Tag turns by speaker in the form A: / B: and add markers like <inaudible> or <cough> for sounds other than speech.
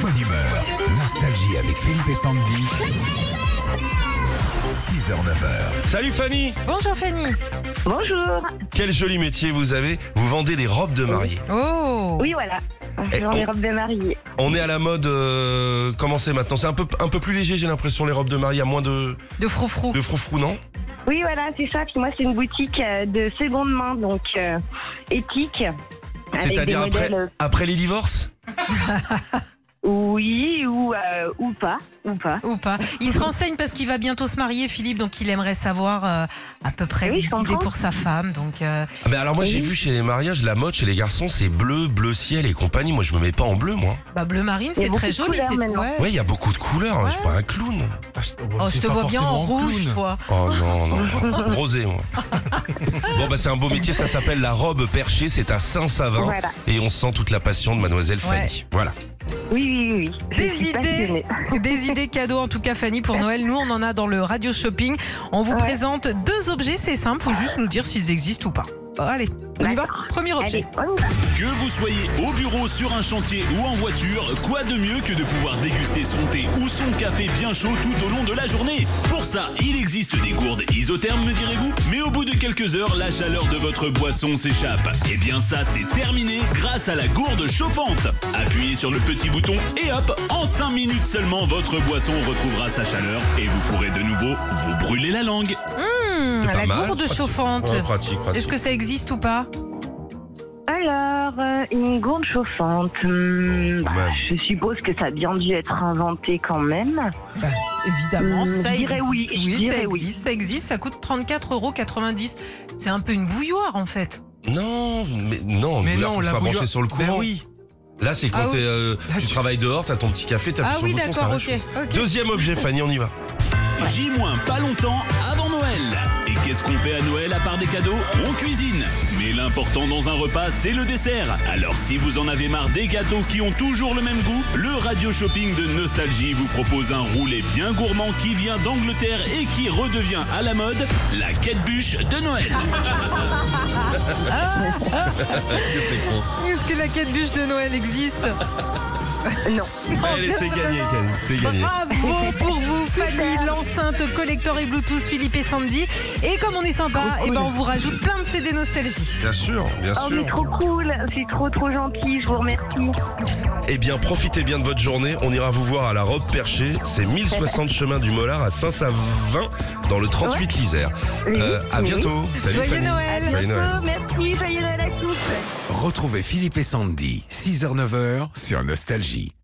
A: bonne humeur. Nostalgie avec Philippe et Sandy. 6h, 9h.
B: Salut Fanny
C: Bonjour Fanny.
D: Bonjour.
B: Quel joli métier vous avez Vous vendez des robes de mariée.
C: Oh.
D: Oui, voilà.
B: Eh,
D: Ah, Je vends
B: on-
D: les robes de mariée.
B: On est à la mode, euh, comment c'est maintenant C'est un peu, un peu plus léger j'ai l'impression, les robes de mariée, à moins de,
C: De froufrou.
B: de froufrou, non
D: Oui, voilà, c'est ça. Puis moi, c'est une boutique euh, de seconde main, donc euh, éthique. avec des
B: C'est-à-dire après,
D: modèles- euh,
B: après les divorces
D: Oui, ou, euh, ou pas. Ou pas.
C: Ou pas. Il se renseigne parce qu'il va bientôt se marier, Philippe, donc il aimerait savoir euh, à peu près
D: Oui, je
C: des idées
D: comprends.
C: pour sa femme. Donc, euh,
B: Ah, Mais alors moi j'ai
D: Oui.
B: vu chez les mariages, la mode chez les garçons c'est bleu, bleu ciel et compagnie. Moi je me mets pas en bleu moi.
C: bah, bleu marine,
D: Il y a
C: c'est très
D: beaucoup de
C: joli.
D: couleurs
C: c'est-
D: maintenant.
C: ouais.
B: Ouais, il y a beaucoup de couleurs, hein, je suis
C: Ouais.
B: pas un clown.
E: Ah, je-
C: Oh,
E: c'est
C: je te
E: pas
C: vois bien en
E: forcément
C: rouge,
E: clown.
C: toi.
B: Oh non, non, non. rosé moi. Bon bah c'est un beau métier, ça s'appelle la robe perchée, c'est à Saint-Savin
D: Voilà.
B: et on sent toute la passion de mademoiselle
C: Ouais.
B: Fanny. Voilà.
D: Oui, oui, oui. Je
C: Des
D: suis
C: idées.
D: passionnée.
C: <laughs> Des idées cadeaux, en tout cas, Fanny, pour Noël. Nous, on en a dans le Radio Shopping. On vous
D: Ouais.
C: présente deux objets, c'est simple, faut juste nous dire s'ils existent ou pas. Bon, allez, on y va.
D: D'accord.
C: Premier objet.
D: Allez, on y va.
F: Que vous soyez au bureau, sur un chantier ou en voiture, quoi de mieux que de pouvoir déguster son thé ou son café bien chaud tout au long de la journée Pour ça, il existe des gourdes isothermes, me direz-vous, mais au bout de quelques heures, la chaleur de votre boisson s'échappe. Eh bien ça, c'est terminé grâce à la gourde chauffante. Appuyez sur le petit bouton et hop, en 5 minutes seulement, votre boisson retrouvera sa chaleur et vous pourrez de nouveau vous brûler la langue.
C: Hmm,
B: C'est pas
C: la
B: mal,
C: gourde
B: pratique.
C: chauffante.
B: Ouais, pratique, pratique.
C: Est-ce que ça existe ou pas
D: Alors, euh, une gourde chauffante. Hmm, bah,
B: Ouais.
D: je suppose que ça a bien dû être inventé quand même.
C: Bah, évidemment,
D: Euh,
C: ça
D: je dirais
C: existe.
D: oui, je
C: ça
D: dirais oui.
C: existe, ça existe. Ça coûte 34,90 euros. C'est un peu une bouilloire en fait.
B: Non, mais non,
E: Mais
B: là,
E: non,
B: faut
E: la
B: pas
E: bouilloire-
B: brancher sur le
E: Ben
B: courant.
E: oui.
B: Là, c'est quand
C: Ah oui.
B: t'es, euh,
E: Là,
B: tu
E: tu-
B: travailles dehors, t'as ton petit café, t'appuies
C: Ah
B: sur
C: oui,
B: le bouton, ça
C: d'accord, ok.
B: réchauffe.
C: ok.
B: Deuxième objet, Fanny, on y va.
F: J- pas longtemps avant Noël. Et qu'est-ce qu'on fait à Noël à part des cadeaux On cuisine. Mais l'important dans un repas, c'est le dessert. Alors si vous en avez marre des gâteaux qui ont toujours le même goût, le Radio Shopping de Nostalgie vous propose un roulé bien gourmand qui vient d'Angleterre et qui redevient à la mode la quête bûche de Noël.
C: Est-ce que la quête bûche de Noël existe
D: Non.
B: Allez, c'est gagné, Ken, c'est gagné.
C: Bravo pour vous, Fanny, l'enceinte collector et Bluetooth, Philippe et Sandy. Et comme on est sympa, eh ben on vous rajoute plein de CD nostalgie.
B: Bien sûr, bien
D: Oh,
B: sûr.
D: mais trop cool. C'est trop, trop gentil. Je vous remercie.
B: Eh bien, profitez bien de votre journée. On ira vous voir à la robe perchée. C'est 1060 chemin du Mollard à Saint-Savin, dans le 38 Lisère. Euh, à
D: Oui.
B: bientôt. Salut,
C: Joyeux
B: Fanny.
C: Noël.
B: Joyeux Noël.
D: Oh, merci. Joyeux Noël à tous.
A: Retrouvez Philippe et Sandy, 6h, 9h sur Nostalgie.